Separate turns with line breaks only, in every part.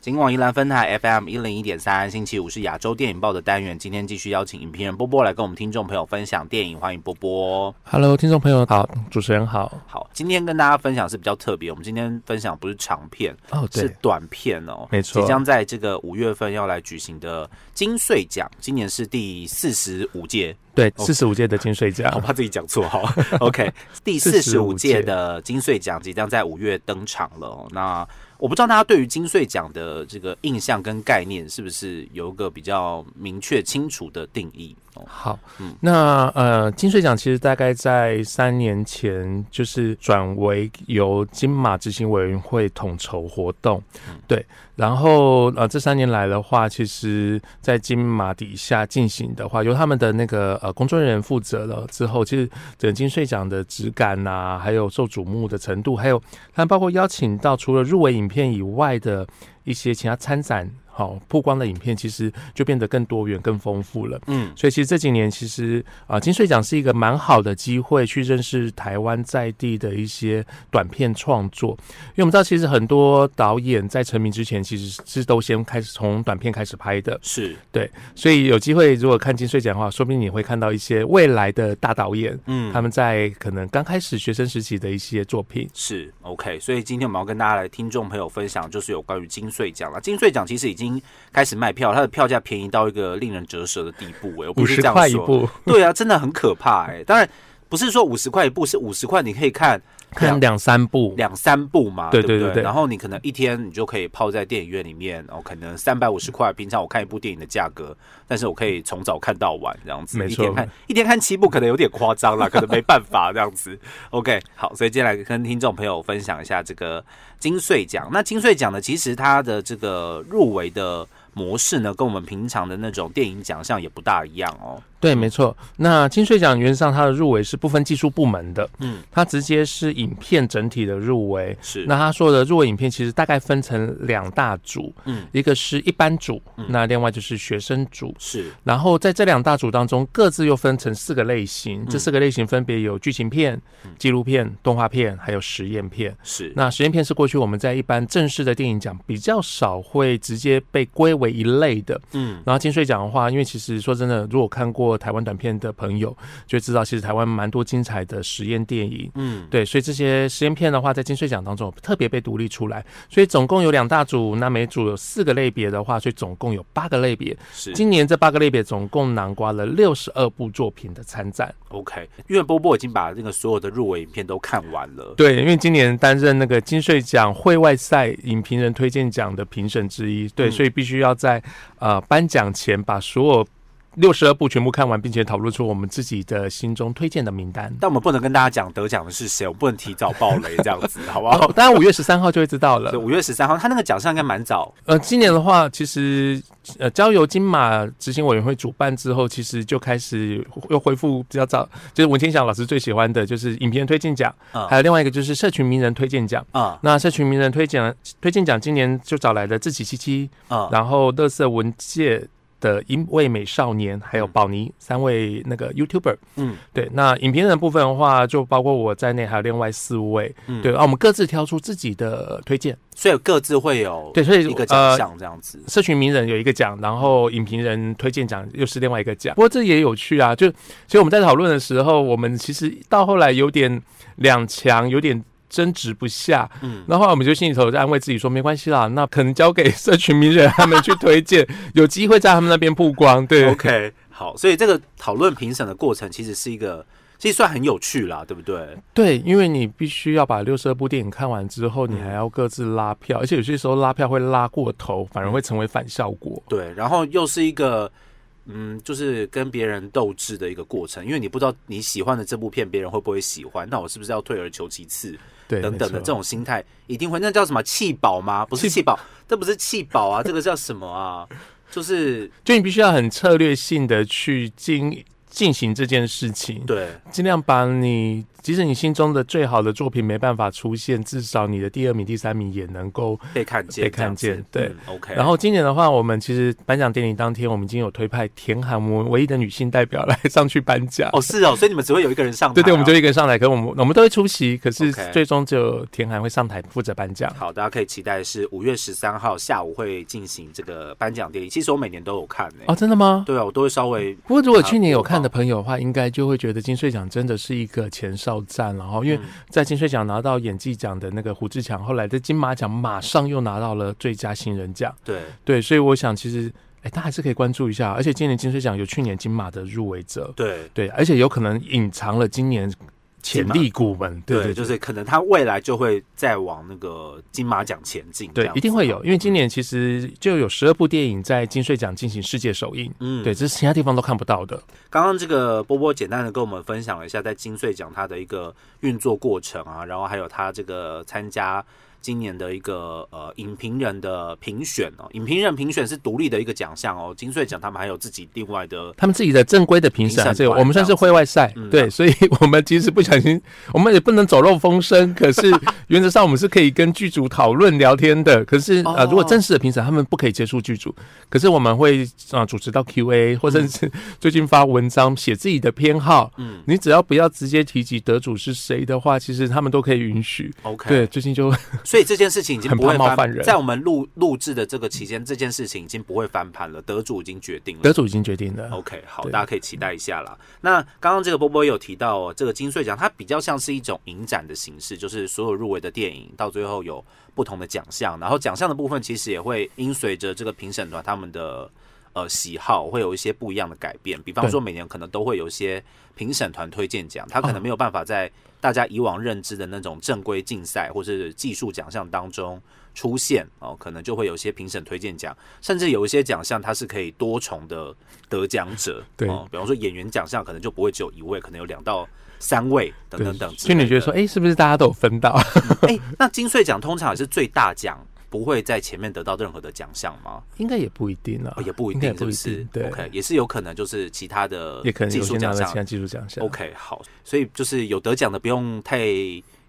金广宜兰分台 FM 一零一点三，星期五是亚洲电影报的单元。今天继续邀请影评人波波来跟我们听众朋友分享电影，欢迎波波。
Hello，听众朋友好，主持人好。
好，今天跟大家分享是比较特别，我们今天分享不是长片，
哦，
是
对，
短片哦，
没错
即将在这个五月份要来举行的金穗奖，今年是第四十五届，
对，
哦
四十五届的金穗奖
我，怕自己讲错哈。OK，第 四十五届的金穗奖即将在五月登场了哦。那我不知道大家对于金穗奖的这个印象跟概念是不是有一个比较明确清楚的定义哦？
好，
嗯
那呃，金穗奖其实大概在三年前就是转为由金马执行委员会统筹活动，
嗯
对。然后呃，这三年来的话，其实在金马底下进行的话，由他们的那个呃工作人员负责了之后，其实整个金穗奖的质感呐、还有受瞩目的程度，还有他们包括邀请到除了入围影片以外的一些其他参展。好曝光的影片其实就变得更多元、更丰富了。
嗯
所以其实这几年其实啊、呃金穗奖是一个蛮好的机会去认识台湾在地的一些短片创作，因为我们知道其实很多导演在成名之前其实是都先开始从短片开始拍的，
是，
所以有机会如果看金穗奖的话，说不定你会看到一些未来的大导演。
嗯
他们在可能刚开始学生时期的一些作品，
是 OK，所以今天我们要跟大家来听众朋友分享，就是有关于金穗奖了。金穗奖其实已经开始卖票，它的票价便宜到一个令人折舌的地步、哎，我
五
不是
十
这样
块一
说，
部，
对啊，真的很可怕哎、当然不是说五十块一部，是五十块你可以看
看两三部，
两三部嘛，
对
不
对对对
然后你可能一天你就可以泡在电影院里面，哦，可能三百五十块，平常我看一部电影的价格，但是我可以从早看到晚这样子，
没
一
错
天看一天看七部可能有点夸张 啦，可能没办法这样子。OK，好，所以接下来跟听众朋友分享一下这个金穗奖。那金穗奖呢，其实它的这个入围的。模式呢，跟我们平常的那种电影奖项也不大一样哦。
对，没错。那金穗奖原则上它的入围是不分技术部门的，
嗯，
它直接是影片整体的入围。
是，
那他说的入围影片其实大概分成两大组，
嗯，
一个是一般组，
嗯
那另外就是学生组。
是，
然后在这两大组当中，各自又分成四个类型，
嗯
这四个类型分别有剧情片
嗯、
纪录片、动画片，还有实验片。
是，
那实验片是过去我们在一般正式的电影奖比较少会直接被归为一类的，
嗯，
然后金穗奖的话，因为其实说真的，如果看过台湾短片的朋友，就会知道其实台湾蛮多精彩的实验电影。
嗯，
对，所以这些实验片的话，在金穗奖当中特别被独立出来，所以总共有两大组，那每组有四个类别的话，所以总共有八个类别。
是。
今年这八个类别总共囊括了六十二部作品的参展。
OK，因为波波已经把那个所有的入围影片都看完了。
对，因为今年担任那个金穗奖会外赛影评人推荐奖的评审之一，对，
嗯
所以必须要在呃颁奖前把所有六十二部全部看完，并且讨论出我们自己的心中推荐的名单。
但我们不能跟大家讲得奖的是谁，我们不能提早爆雷这样子，好不好
哦，？当然五月十三号就会知道
对，
了。
五月十三号，他那个奖项应该蛮早，
呃，今年的话，其实呃，交由金马执行委员会主办之后，其实就开始呃又恢复比较早，就是文天祥老师最喜欢的就是影评人推荐奖，
嗯
还有另外一个就是社群名人推荐奖。
啊
那社群名人推荐推荐奖今年就找来了自己七七，
啊，
然后乐色文界的一位美少年，还有
嗯
宝妮三位那个 YouTuber。
嗯
对，那影评人的部分的话，就包括我在内，还有另外四位。
嗯，
对，，啊，我们各自挑出自己的推荐。
所以各自会有
对，所以
一个奖
呃，
项这样子，
社群名人有一个奖，然后影评人推荐奖又是另外一个奖。不过这也有趣啊，就其实我们在讨论的时候，我们其实到后来有点两强，有点争执不下。
嗯，
那后来我们就心里头在安慰自己说，没关系啦，那可能交给社群名人他们去推 荐，有机会在他们那边曝光。对
OK，好，所以这个讨论评审的过程其实是一个，其实算很有趣啦，对不对？
对，因为你必须要把六十二部电影看完之后，你还要各自拉票，而且有些时候拉票会拉过头，反而会成为反效果。
对，然后又是一个。嗯，就是跟别人斗智的一个过程，因为你不知道你喜欢的这部片别人会不会喜欢，那我是不是要退而求其次，
对，
等等的
没
这
错
种心态，一定会那叫什么气饱吗？不是气饱，这不是气饱啊，这个叫什么啊？就是
就你必须要很策略性的去进进行这件事情，
对
尽量把你即使你心中的最好的作品没办法出现，至少你的第二名、第三名也能够。
被看见，
被看见
这样子
对
嗯，OK。
然后今年的话，我们其实颁奖典礼当天，我们已经有推派田韩我们唯一的女性代表来上去颁奖。
哦，是哦，所以你们只会有一个人上台哦，
对对，我们就一个人上台，可我们我们都会出席，可是
OK
最终只有田涵会上台负责颁奖。
好，大家可以期待是五月十三号下午会进行这个颁奖典礼。其实我每年都有看诶、
哦，真的吗？
对啊，我都会稍微
不过如果去年有看
啊
的朋友的话，应该就会觉得金穗奖真的是一个前哨战，然后因为
嗯
在金穗奖拿到演技奖的那个胡志强，后来在金马奖马上又拿到了最佳新人奖，
对
对，所以我想其实哎，大家还是可以关注一下，而且今年金穗奖有去年金马的入围者，
对
对，而且有可能隐藏了今年潜力股们，对对
对，就是可能他未来就会再往那个金马奖前进，这
对，
样
一定
子
会
哦
有，因为今年其实就有十二部电影在金穗奖进行世界首映，
嗯
对，这是其他地方都看不到的。
刚刚这个波波简单的跟我们分享了一下在金穗奖它的一个运作过程啊，然后还有他这个参加今年的一个呃影评人的评选哦，影评人评选是独立的一个奖项哦，金穗奖他们还有自己另外的
他们自己的正规的评审还是有，
评审团
我们算是会外赛，
嗯
对，所以 我们即使不小心，我们也不能走漏风声。可是原则上我们是可以跟剧组讨论聊天的。可是呃，
哦
如果正式的评审，他们不可以接触剧组，可是我们会啊、呃主持到 Q&A，或者是最近发文章写自己的偏好。
嗯
你只要不要直接提及得主是谁的话，其实他们都可以允许。
OK 嗯
对，最近就
所以这件事情已经
很
不会
怕冒
翻
犯人
在我们录录制的这个期间，这件事情已经不会翻盘了，得主已经决定了
得。主已经决定了。
OK，好，
对
大家可以期待一下啦。那刚刚这个波波也有提到、哦，这个金穗奖它比较像是一种影展的形式，就是所有入围的电影到最后有不同的奖项，然后奖项的部分其实也会因随着这个评审团他们的呃喜好，会有一些不一样的改变。比方
对
说每年可能都会有一些评审团推荐奖，他可能
哦
没有办法在大家以往认知的那种正规竞赛或是技术奖项当中出现哦，可能就会有一些评审推荐奖，甚至有一些奖项它是可以多重的得奖者，
对
哦，比方说演员奖项可能就不会只有一位，可能有两到三位等等等之
所
类
以
的。
你觉得说，哎、是不是大家都有 分到？
哎、那金穗奖通常也是最大奖，不会在前面得到任何的奖项吗？
应该也不一定啊
哦，，也不一
应该
定
也，
是
不
不是
一定？对
o k 也是有可能就是其他的
也可能
技
有
术
些拿
奖
了
项
其他技术奖项。
OK，好，所以就是有得奖的不用太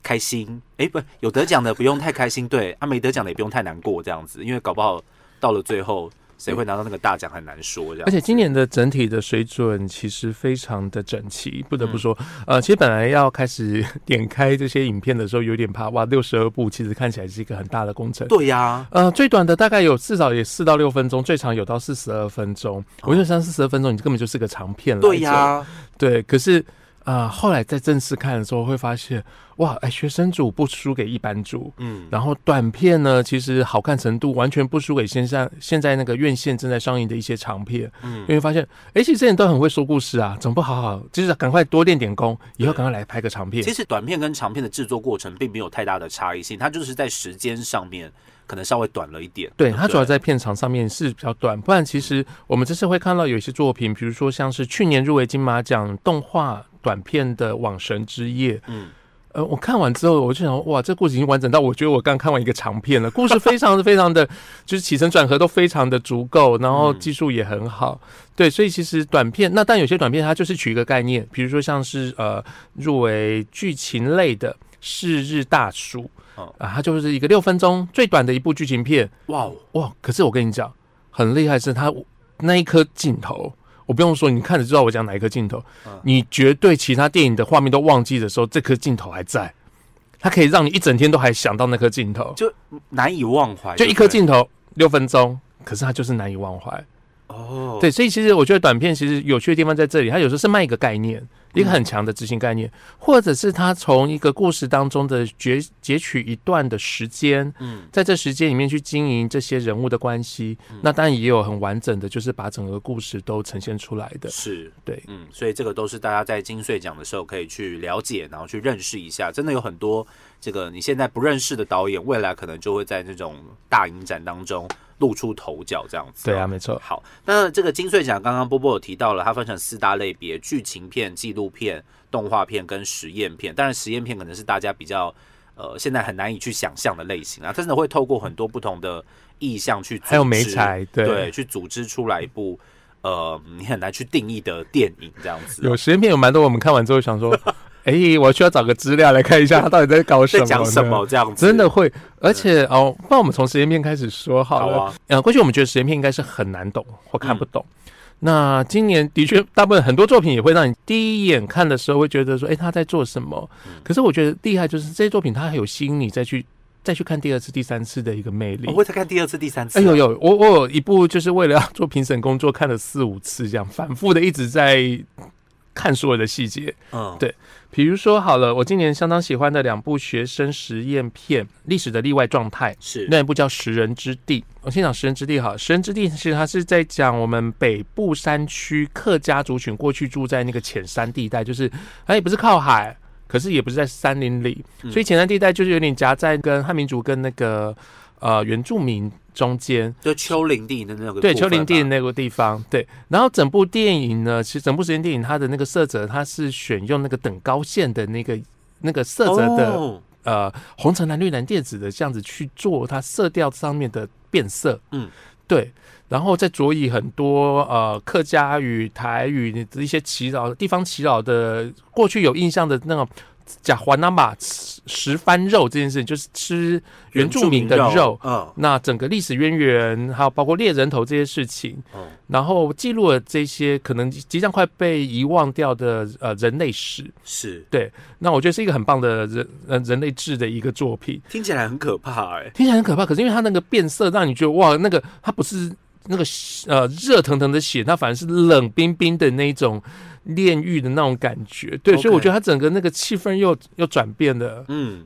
开心，诶，不，有得奖的不用太开心，对，啊，没得奖的也不用太难过，这样子，因为搞不好到了最后谁会拿到那个大奖很难说，这样。
而且今年的整体的水准其实非常的整齐，不
嗯
得不说，呃，其实本来要开始 点开这些影片的时候，有点怕，哇，六十二部其实看起来是一个很大的工程。
对呀、
呃，最短的大概有至少也四到六分钟，最长有到四十二分钟。我觉得三四十二分钟，你根本就是个长片了。
哦对呀、
对，可是呃，后来在正式看的时候会发现，哇，哎、学生组不输给一般组，
嗯，
然后短片呢，其实好看程度完全不输给现在现在那个院线正在上映的一些长片。
嗯
嗯，因为发现，哎、其实这些人都很会说故事啊，怎么不好好，就是赶快多练点功，以后赶快来拍个长片
其。实短片跟长片的制作过程并没有太大的差异性，它就是在时间上面可能稍微短了一点。
对，
不
它主要在片场上面是比较短，不然其实我们这次会看到有一些作品，比如说像是去年入围金马奖动画短片的《网神之夜》，
嗯，
呃，我看完之后，我就想，哇，这故事已经完整到我觉得我刚看完一个长片了。故事非常的非常的，就是起承转合都非常的足够，然后
嗯
技术也很好。对，所以其实短片，那但有些短片它就是取一个概念，比如说像是呃入围剧情类的《是日大叔》
哦
啊、它就是一个六分钟最短的一部剧情片。
哇哦，
哇，可是我跟你讲，很厉害是它那一颗镜头。我不用说，你看着知道我讲哪一颗镜头，
嗯
你绝对其他电影的画面都忘记的时候，这颗镜头还在，它可以让你一整天都还想到那颗镜头，
就难以忘怀，
就一
对不
颗
对
镜头六分钟，可是它就是难以忘怀。
哦，
对，所以其实我觉得短片其实有趣的地方在这里，它有时候是卖一个概念，一个很强的执行概念，或者是它从一个故事当中的截截取一段的时间，
嗯，
在这时间里面去经营这些人物的关系。那当然也有很完整的，就是把整个故事都呈现出来的。
是
对，
嗯，所以这个都是大家在金穗奖的时候可以去了解，然后去认识一下。真的有很多这个你现在不认识的导演，未来可能就会在这种大影展当中露出头角，这样子、
对啊，。没错。
好，那这个金穗奖刚刚波波有提到了，它分成四大类别：剧情片、纪录片、动画片跟实验片。当然，实验片可能是大家比较呃现在很难以去想象的类型啊，它真的会透过很多不同的意象去组织，
还有美材对
去组织出来一部呃你很难去定义的电影这样子。
有实验片有蛮多，我们看完之后想说，哎、我需要找个资料来看一下他到底在搞什
在
么，
讲什么这样子，
真的会，而且哦，那我们从时间片开始说好
好
了。
啊，
呃，过去我们觉得实验片应该是很难懂或看不懂。
嗯
那今年的确，大部分很多作品也会让你第一眼看的时候会觉得说，哎、他在做什么？
嗯
可是我觉得厉害就是这些作品，它还有吸引你再去再去看第二次、第三次的一个魅力。
哦我会再看第二次、第三次
哎
啊。
呦呦，我我有一部就是为了要做评审工作，看了四五次，这样反复的一直在看所有的细节。
嗯，
对比如说，好了，我今年相当喜欢的两部学生实验片，《历史的例外状态》
是
那一部叫《食人之地》。我先讲《食人之地》哈，《食人之地》其实它是在讲我们北部山区客家族群过去住在那个浅山地带，就是哎，不是靠海，可是也不是在山林里，
嗯
所以浅山地带就是有点夹在跟汉民族跟那个呃原住民中间。
就丘陵地的那个
对，
部
丘
分啊
陵地的
嘛
那个地方，对。然后整部电影呢，其实整部时间电影它的那个色泽，它是选用那个等高线的那个那个色泽的、
哦
呃红橙蓝绿蓝靛紫的这样子去做它色调上面的变色，
嗯，
对。然后再佐以很多呃客家语、台语的一些祈祷地方祈祷的过去有印象的那种。假环那玛吃食番肉这件事情，就是吃原住民的肉，
嗯，
那整个历史渊源，还有包括猎人头这些事情，
哦
然后记录了这些可能即将快被遗忘掉的呃人类史。
是
那我觉得是一个很棒的人呃人类志的一个作品，
听起来很可怕哎，
听起来很可怕，可是因为它那个变色，让你觉得哇，那个它不是那个呃热腾腾的血，它反而是冷冰冰的那一种炼狱的那种感觉。对
OK
所以我觉得它整个那个气氛又又转变了。
嗯，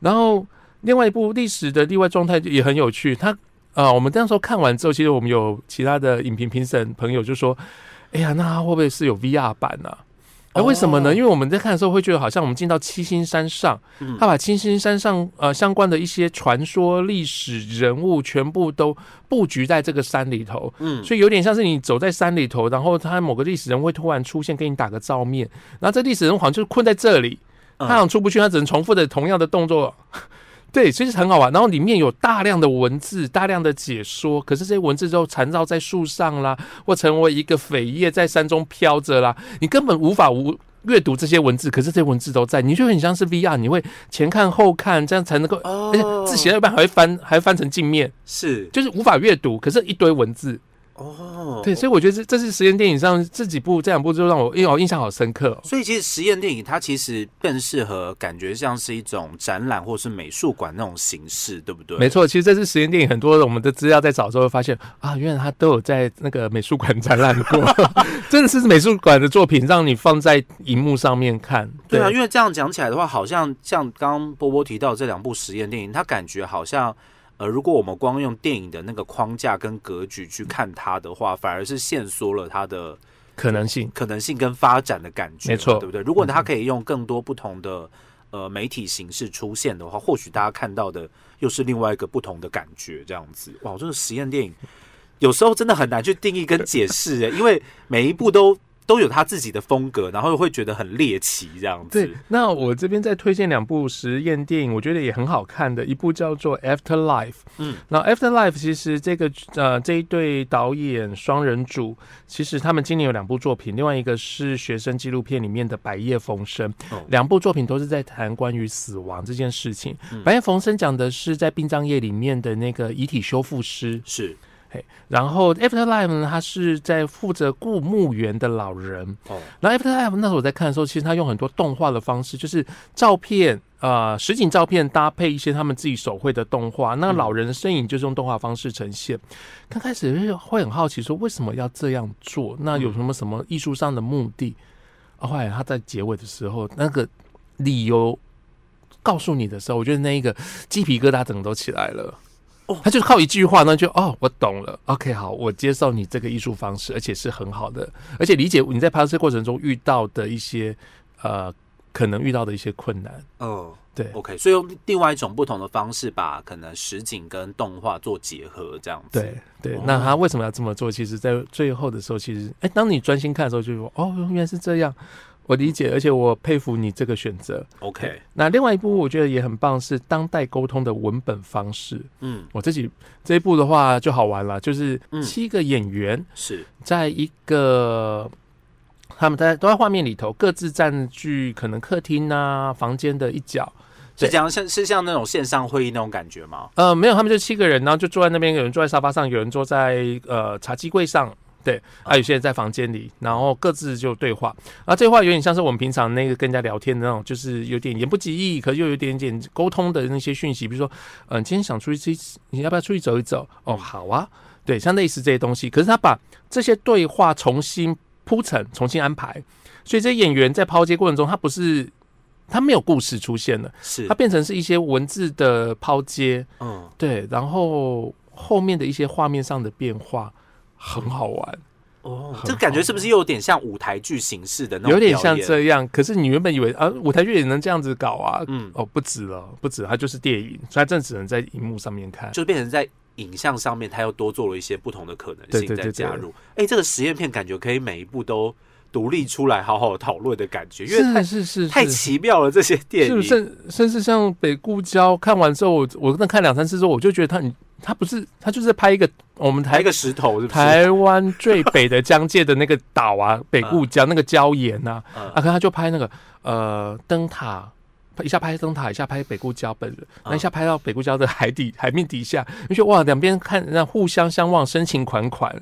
然后另外一部历史的例外状态也很有趣，它呃，我们那时候看完之后，其实我们有其他的影评评审朋友就说：“哎呀，那它会不会是有 VR 版呢、啊？”哎，
哦
为什么呢？因为我们在看的时候会觉得好像我们进到七星山上，
嗯
他把七星山上呃相关的一些传说、历史人物全部都布局在这个山里头，
嗯，
所以有点像是你走在山里头，然后他某个历史人物会突然出现，给你打个照面，然后这历史人物好像就是困在这里，
嗯
他想出不去，他只能重复的同样的动作。 对，其实很好玩。然后里面有大量的文字，大量的解说，可是这些文字都缠绕在树上啦，或成为一个扉页在山中飘着啦，你根本无法无阅读这些文字。可是这些文字都在，你就很像是 VR，你会前看后看，这样才能够，而且
哦，
字写到一半还会翻，还会翻成镜面，
是
就是无法阅读。可是一堆文字，
哦，
对，所以我觉得这这是实验电影上这几部这两部就让我因为我印象好深刻、哦。
所以其实实验电影它其实更适合感觉像是一种展览或是美术馆那种形式，对不对？
没错，其实这次实验电影很多的我们的资料在找之后会发现啊，原来它都有在那个美术馆展览 过，真的是美术馆的作品让你放在荧幕上面看。
对啊，因为这样讲起来的话，好像像刚刚波波提到这两部实验电影，它感觉好像，呃，如果我们光用电影的那个框架跟格局去看它的话，反而是限缩了它的
可能性。
可能性跟发展的感觉嘛，
没错嗯
对不对？如果它可以用更多不同的呃媒体形式出现的话，或许大家看到的又是另外一个不同的感觉，这样子。哇，这个实验电影有时候真的很难去定义跟解释，欸 诶，因为每一部都都有他自己的风格，然后会觉得很猎奇这样子
对。，那我这边再推荐两部实验电影，我觉得也很好看的，一部叫做《Afterlife》。
嗯，
那《Afterlife》其实这个呃这一对导演双人组，其实他们今年有两部作品，另外一个是学生纪录片里面的《百叶逢生》
哦
两部作品都是在谈关于死亡这件事情。
嗯
百叶逢生》讲的是在殡葬业里面的那个遗体修复师，
是
然后《Afterlife》呢，他是在负责顾墓园的老人。
哦，
然后 After Life 那时候我在看的时候，其实他用很多动画的方式，就是照片。呃，实景照片搭配一些他们自己手绘的动画，那老人的身影就是用动画方式呈现。刚开始就是会很好奇，说为什么要这样做？那有什么什么艺术上的目的？啊，后来他在结尾的时候，那个理由告诉你的时候，我觉得那一个鸡皮疙瘩整个都起来了。
哦
他就是靠一句话呢，就哦，我懂了。OK，好，我接受你这个艺术方式，而且是很好的，而且理解你在拍摄过程中遇到的一些呃，可能遇到的一些困难。
嗯。
对，
OK，所以用另外一种不同的方式，把可能实景跟动画做结合，这样子。
对，对。
哦
那他为什么要这么做？其实，在最后的时候，其实，哎，当你专心看的时候，就说哦，原来是这样，我理解，而且我佩服你这个选择。
，OK，
那另外一部我觉得也很棒，是当代沟通的文本方式。
嗯，
我自己这一部的话就好玩了，就是
嗯
七个演员
是
在一个他们在都在画面里头，各自占据可能客厅啊、房间的一角。
是讲像是像那种线上会议那种感觉吗？
呃，没有，他们就七个人，然后就坐在那边，有人坐在沙发上，有人坐在呃茶几柜上，对，啊，有些人在房间里，然后各自就对话。啊，这话有点像是我们平常那个跟人家聊天的那种，就是有点言不及义，可是又有点点沟通的那些讯息，比如说，嗯、今天想出去吃，你要不要出去走一走？哦，好啊，对，像类似这些东西。可是他把这些对话重新铺陈、重新安排，所以这些演员在抛接过程中，他不是他没有故事出现了。
是
它，变成是一些文字的抛接，
嗯，
对，然后后面的一些画面上的变化很好玩，
哦
很，
这感觉是不是又有点像舞台剧形式的那种？
有点像，这样。可是你原本以为啊，舞台剧也能这样子搞啊，
嗯，
哦，不止了，不止，它就是电影，所以它真的只能在荧幕上面看。
就变成在影像上面，它又多做了一些不同的可能
对
性
对
在
对
加
对
入。哎、这个实验片感觉可以每一部都独立出来，好好讨论的感觉，因为太
是是是
太奇妙了，这些电
是
影
不是甚甚至像北固礁看完之后，我我那看两三次之后，我就觉得他他不是他就是在拍一个我们
抬
台
一个石头，是不是？
台湾最北的疆界的那个岛 啊，北固礁那个礁岩呐、啊，
嗯
啊，可他就拍那个呃灯塔。一下拍灯塔，一下拍北固礁本人，那一下拍到北固礁的海底海面底下，你觉得哇，两边看那互相相望，深情款款。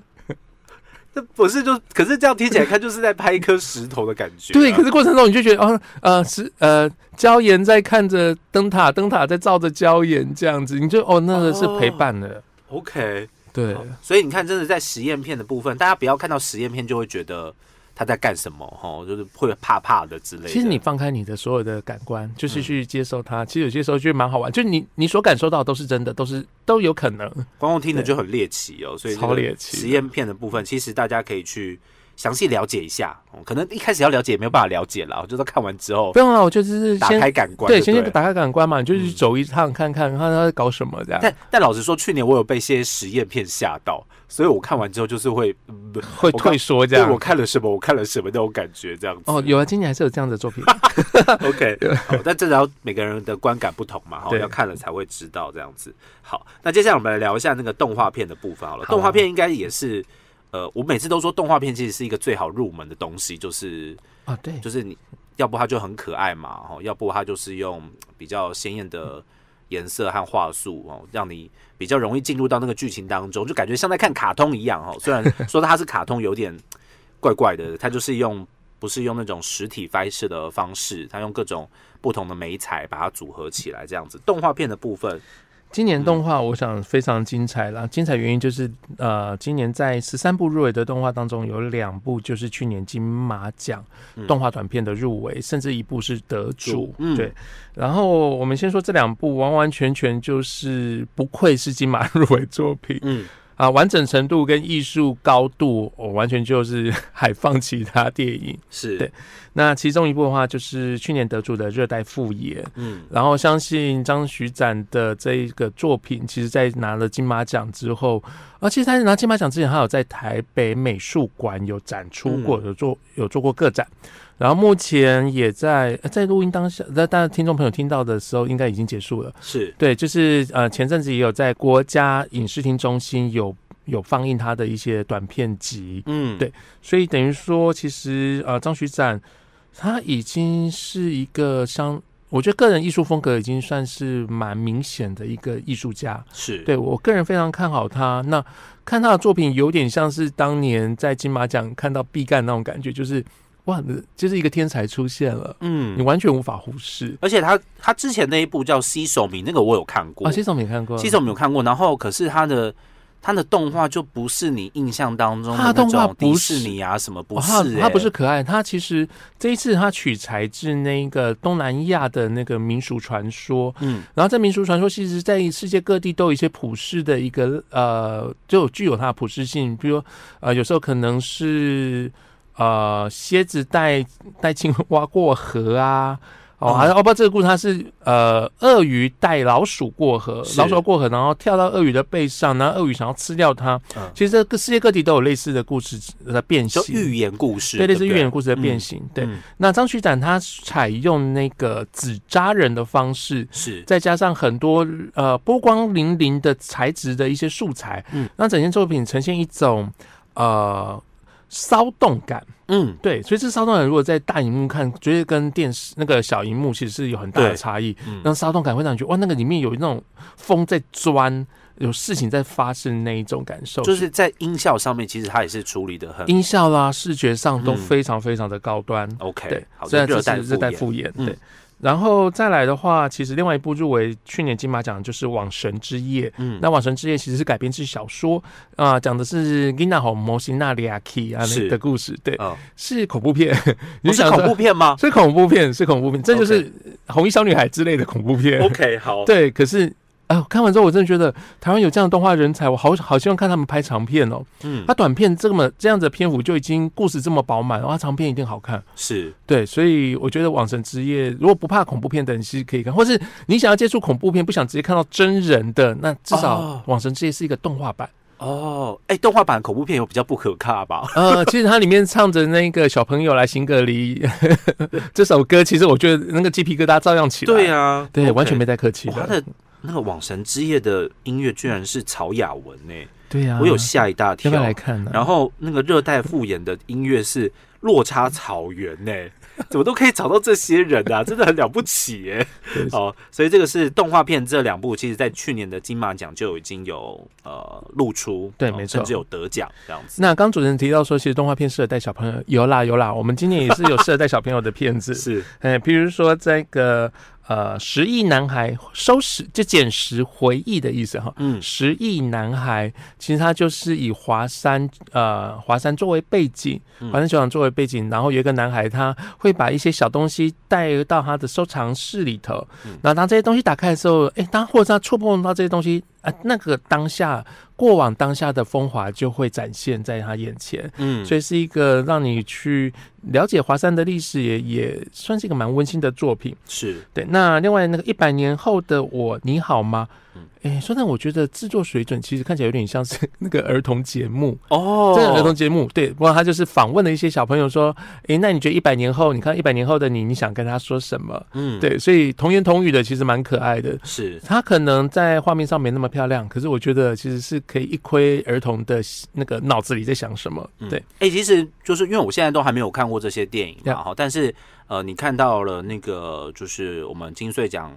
这不是就？可是这样听起来，它就是在拍一颗石头的感觉、啊
对，啊可是过程中你就觉得哦，呃是呃礁岩在看着灯塔，灯塔在照着礁岩这样子，你就哦那个是陪伴了。
OK，
对，
好所以你看，真的在实验片的部分，大家不要看到实验片就会觉得他在干什么，哈，就是会怕怕的之类的。嗯
其实你放开你的所有的感官，就是去接受它。其实有些时候就蛮好玩，就你你所感受到的都是真的，都是都有可能。
观众听了就很猎奇哦，所以这个
超猎奇
实验片的部分，其实大家可以去详细了解一下、哦，可能一开始要了解也没有办法了解啦，哦就是看完之后
不用啊，我就只是
打
先
开感官
对，
就
先
对
去
了。
打开感官嘛，你就去
嗯
走一趟看看，看他在搞什么这样。
但但老实说，去年我有被一些实验片吓到，所以我看完之后就是会，嗯、
会退缩这
对 我
样。
看了什么，我看了什么那种感觉，这样子。
哦，有啊，今年还是有这样 的作品。
OK，好，但这要每个人的观感不同嘛，哈，
对
要看了才会知道这样子。好，那接下来我们来聊一下那个动画片的部分好了。
好啊
动画片应该也是，呃，我每次都说动画片其实是一个最好入门的东西，就是
哦，对，
就是你要不它就很可爱嘛，哈，要不它就是用比较鲜艳的颜色和话术哦，让你比较容易进入到那个剧情当中，就感觉像在看卡通一样哦。 虽然说它是卡通，有点怪怪的，它就是用不是用那种实体拍摄的方式，它用各种不同的媒材把它组合起来，这样子。动画片的部分，
今年
嗯
动画我想非常精彩啦。精彩原因就是呃，今年在十三部入围的动画当中，有两部就是去年金马奖
嗯
动画短片的入围，甚至一部是得主
主。嗯
对，然后我们先说这两部，完完全全就是不愧是金马入围作品。
嗯，
啊，完整程度跟艺术高度，我、完全就是 海放其他电影。
是，
对那其中一部的话，就是去年得主的《热带复眼》，
嗯，
然后相信张徐展的这一个作品，其实在拿了金马奖之后，而其实他拿金马奖之前，他有在台北美术馆有展出过，有做有做过个展，然后目前也在呃在录音当下，那当然听众朋友听到的时候，应该已经结束了。
是，
对，就是呃，前阵子也有在国家影视厅中心有有放映他的一些短片集，
嗯，
对所以等于说，其实呃，张徐展他已经是一个相，我觉得个人艺术风格已经算是蛮明显的一个艺术家。
是，
对我个人非常看好他。那看他的作品，有点像是当年在金马奖看到毕赣那种感觉，就是哇，就是一个天才出现了，你
嗯。
完全无法忽视。
而且他他之前那一部叫《西手米》，那个我有看过，
啊，其实我没看过，
其实我们有看过，然后可是它的它的动画就不是你印象当中的
它的动
那
画
种
不
迪
是
士尼啊什么，不
哦
是、
它
欸
它不是可爱，它其实这一次它取材自那个东南亚的那个民俗传说，
嗯
然后这民俗传说其实在世界各地都有一些普世的一个呃，就有具有它的普适性，比如说呃，有时候可能是呃蝎子带带青蛙过河啊。哦，
嗯
还是哦不，这个故事它是呃，鳄鱼带老鼠过河，
是
老鼠过河，然后跳到鳄鱼的背上，然后鳄鱼想要吃掉它。
嗯
其实这个世界各地都有类似的故事的呃变
就
形，
寓言故事，
对，类
对
似
不
寓
对
言故事的变
嗯
形。对，
嗯
那张徐展他采用那个纸扎人的方式，
是
再加上很多呃波光粼粼的材质的一些素材，
嗯
嗯，让整件作品呈现一种呃。骚动感。
嗯，
对，所以这骚动感如果在大荧幕看，觉得跟电视那个小荧幕其实是有很大的
对
差异。
嗯
那骚动感会让你觉得哇，那个里面有那种风在钻，有事情在发生那一种感受，
就是在音效上面，其实它也是处理的很
音效啦、视觉上都
嗯
非常非常的高端。
OK
对。，
好，
虽然
热
这
带
是热带
复
复眼，
嗯
对。然后再来的话，其实另外一部入围去年金马奖就是《网神之夜》。
嗯
那《网神之夜》其实是改编自小说啊、讲的是 Gina 和摩西纳里亚 k 啊
是
的故事，对，
嗯，
是恐怖片，
不是恐怖片吗
怖，是恐怖片，是恐怖片，这就是红衣小女孩之类的恐怖片。
？OK，好，
对，可是啊、看完之后我真的觉得台湾有这样的动画人才，我好好希望看他们拍长片哦。
嗯
他，短片这么这样子的篇幅就已经故事这么饱满，然后长片一定好看。
是
对，所以我觉得《网神之夜》如果不怕恐怖片的人其实可以看，或是你想要接触恐怖片，不想直接看到真人的，那至少
哦
《网神之夜》是一个动画 版。
哦，哎，动画版恐怖片有比较不可怕吧？
呃，其实它里面唱着那个小朋友来行个礼 这首歌，其实我觉得那个鸡皮疙瘩照样起来。
对
呀，
啊，
对
OK
完全没在客气
哇他
的。
的那个《网神之夜》的音乐居然是曹雅文呢、
对呀、
我有吓一大
啊要
跳。
不要来看呢、
然后那个热带复眼的音乐是《落差草原》呢、 怎么都可以找到这些人啊，真的很了不起耶、
对
哦，所以这个是动画片这两部，其实在去年的金马奖就已经有呃露出，
对
哦
没错
甚至有得奖这样子。
那刚主持人提到说，其实动画片适合带小朋友，有啦有啦，我们今年也是有适合带小朋友的 片子，
是
哎，譬如说这个呃，十亿男孩收拾就捡拾回忆的意思哈。
嗯
十亿男孩其实它就是以华山呃华山作为背景，
嗯
华山球场作为背景，然后有一个男孩他会把一些小东西带到他的收藏室里头，
嗯
然后当这些东西打开的时候，哎，当或者他触碰到这些东西啊、那个当下过往当下的风华就会展现在他眼前。
嗯，
所以是一个让你去了解华山的历史也，也算是一个蛮温馨的作品。
是
对，那另外那个一百年后的我，你好吗
嗯？
哎，说真的，我觉得制作水准其实看起来有点像是那个儿童节目，
哦，
这个儿童节目对。不过他就是访问了一些小朋友说，哎，那你觉得一百年后，你看一百年后的你，你想跟他说什么？
嗯，
对，所以童言童语的其实蛮可爱的。
是
它可能在画面上没那么漂亮，可是我觉得其实是可以一窥儿童的那个脑子里在想什么。
嗯
对，
哎、其实就是因为我现在都还没有看过这些电影嘛，
Yeah
哈、但是呃，你看到了那个就是我们金穗奖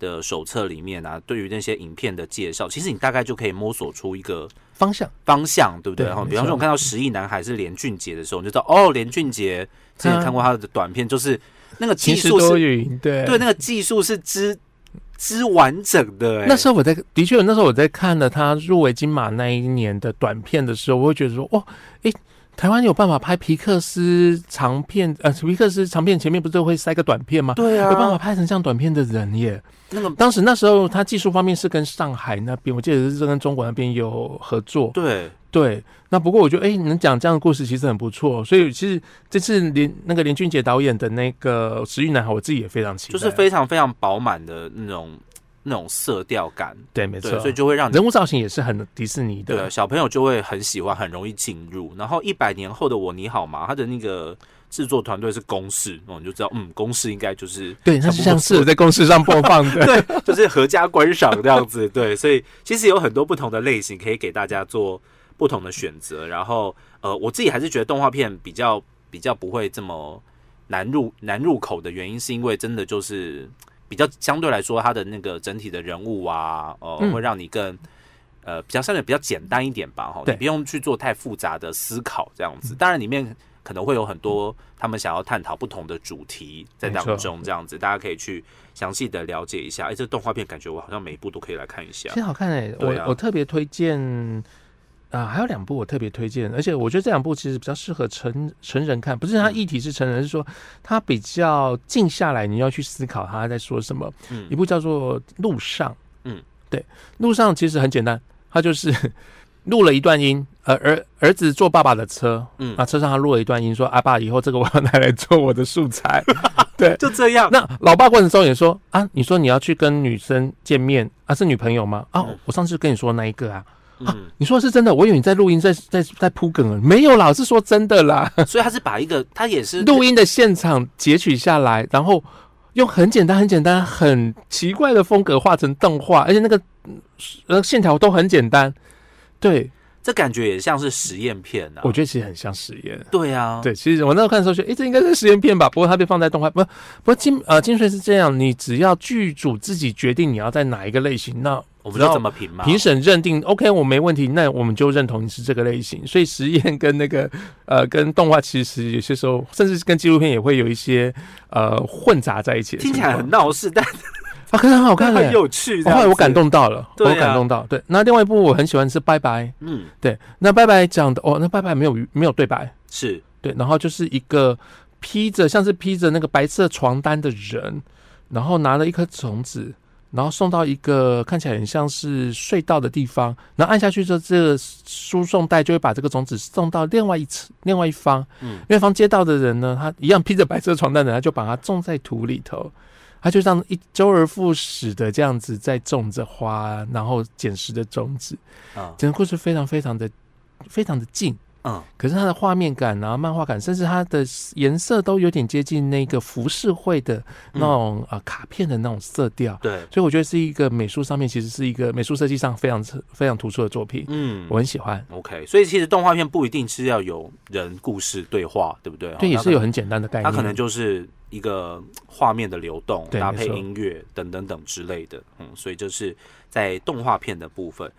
的手册里面啊，对于那些影片的介绍，其实你大概就可以摸索出一个
方向。
方向，对不对？
对
哈，
没
比方
错
说我看到《十亿男孩》是连俊杰的时候，你就知道哦，连俊
嗯
杰之前看过他的短片，就是那个技
晴时
术
多
是，
云，对
对，那个技术是之之完整的、哎，
那时候我在，的确，那时候我在看了他入围金马那一年的短片的时候，我会觉得说，哦，诶、台湾有办法拍皮克斯长片，呃，皮克斯长片前面不是都会塞个短片吗？
对
有办法
啊，
拍成像短片的人耶！
那个
当时那时候他技术方面是跟上海那边，我记得是跟中国那边有合作。
对，
对，那不过我觉得，哎、能讲这样的故事其实很不错。所以其实这次连那个连俊杰导演的那个《食欲男孩》，我自己也非常期待。
就是非常非常饱满的那种那种色调感。
对，没错
对，，所以就会让你
人物造型也是很迪士尼的
啊对，啊小朋友就会很喜欢，很容易进入。然后一百年后的我你好吗？他的那个制作团队是公式，哦，你就知道，嗯，公式应该就是
对，它是像适合在公式上播放 的。
对，啊就是合家观赏这样子。对，所以其实有很多不同的类型可以给大家做不同的选择。然后呃，我自己还是觉得动画片比较比较不会这么难入难入口的原因，是因为真的就是比较相对来说，它的那个整体的人物啊，呃，
嗯
会让你更。呃，比较相对比较简单一点吧，哈，你
对嗯
不用去做太复杂的思考，这样子。当然，里面可能会有很多他们想要探讨不同的主题在
没
当
错
中，这样子大家可以去详细的了解一下。哎、这动画片感觉我好像每一部都可以来看一下
其。实好看哎、
对啊
我我特别推荐啊、还有两部我特别推荐，而且我觉得这两部其实比较适合成成人看，不是它
嗯
议题是成人，是说它比较静下来，你要去思考它在说什么。
嗯
一部叫做《路上》，
嗯，
对，《路上》其实很简单，它就是 录了一段音，呃，儿儿子坐爸爸的车，
嗯
啊，车上他录了一段音，说：“阿、爸，以后这个我要拿来做我的素材。”
就这 样。
那老爸过程中也说啊，你说你要去跟女生见面啊，是女朋友吗？啊
嗯，
我上次跟你说那一个啊，
嗯，
你说的是真的，我以为你在录音，在在在铺梗了，没有啦，我是说真的啦。
所以他是把一个，他也是
录音的现场截取下来，然后用很简单、很简单、很奇怪的风格画成动画，而且那个呃线条都很简单，对，
这感觉也像是实验片啊。
我觉得其实很像实验。
对啊，
对，其实我那时候看的时候觉得，诶，这应该是实验片吧？不过它被放在动画，不，不过金呃金穗是这样，你只要剧组自己决定你要在哪一个类型，那
我们就怎么评嘛？
评审认定 OK，我没问题，那我们就认同你是这个类型。所以实验跟那个呃跟动画其实有些时候，甚至是跟纪录片也会有一些呃混杂在一起的情
听起
况。
来很闹事，但
啊，可是很好看、
但
欸，
很有趣。这
后
样
来
子
我感，动到了，
对啊
我感动到。对，那另外一部我很喜欢是《拜拜》，
嗯，
对，那《拜拜》讲的哦，那《拜拜》没有没有对白，
是
对，然后就是一个披着像是披着那个白色床单的人，然后拿了一颗种子，然后送到一个看起来很像是隧道的地方，然后按下去之后，这个输送带就会把这个种子送到另外一侧另外一方，
嗯
另外一方接到的人呢，他一样披着白色床单的人，他就把它种在土里头。他就这样一周而复始的这样子在种着花，然后捡拾着种子，
啊，
整个故事非常非常的非常的近，
嗯，
可是它的画面感啊、漫画感，甚至它的颜色都有点接近那个浮世绘的那种
嗯
啊、呃卡片的那种色调，
对，
所以我觉得是一个美术上面其实是一个美术设计上非常非常突出的作品，
嗯
我很喜欢。
，OK。所以其实动画片不一定是要有人故事对话，对不对？
对，
哦
也
那
是
可
有很简单的概
它
念，
可能就是一个画面的流动，
对
搭配
没错
音乐等等等之类的，嗯，所以这是在动画片的部分。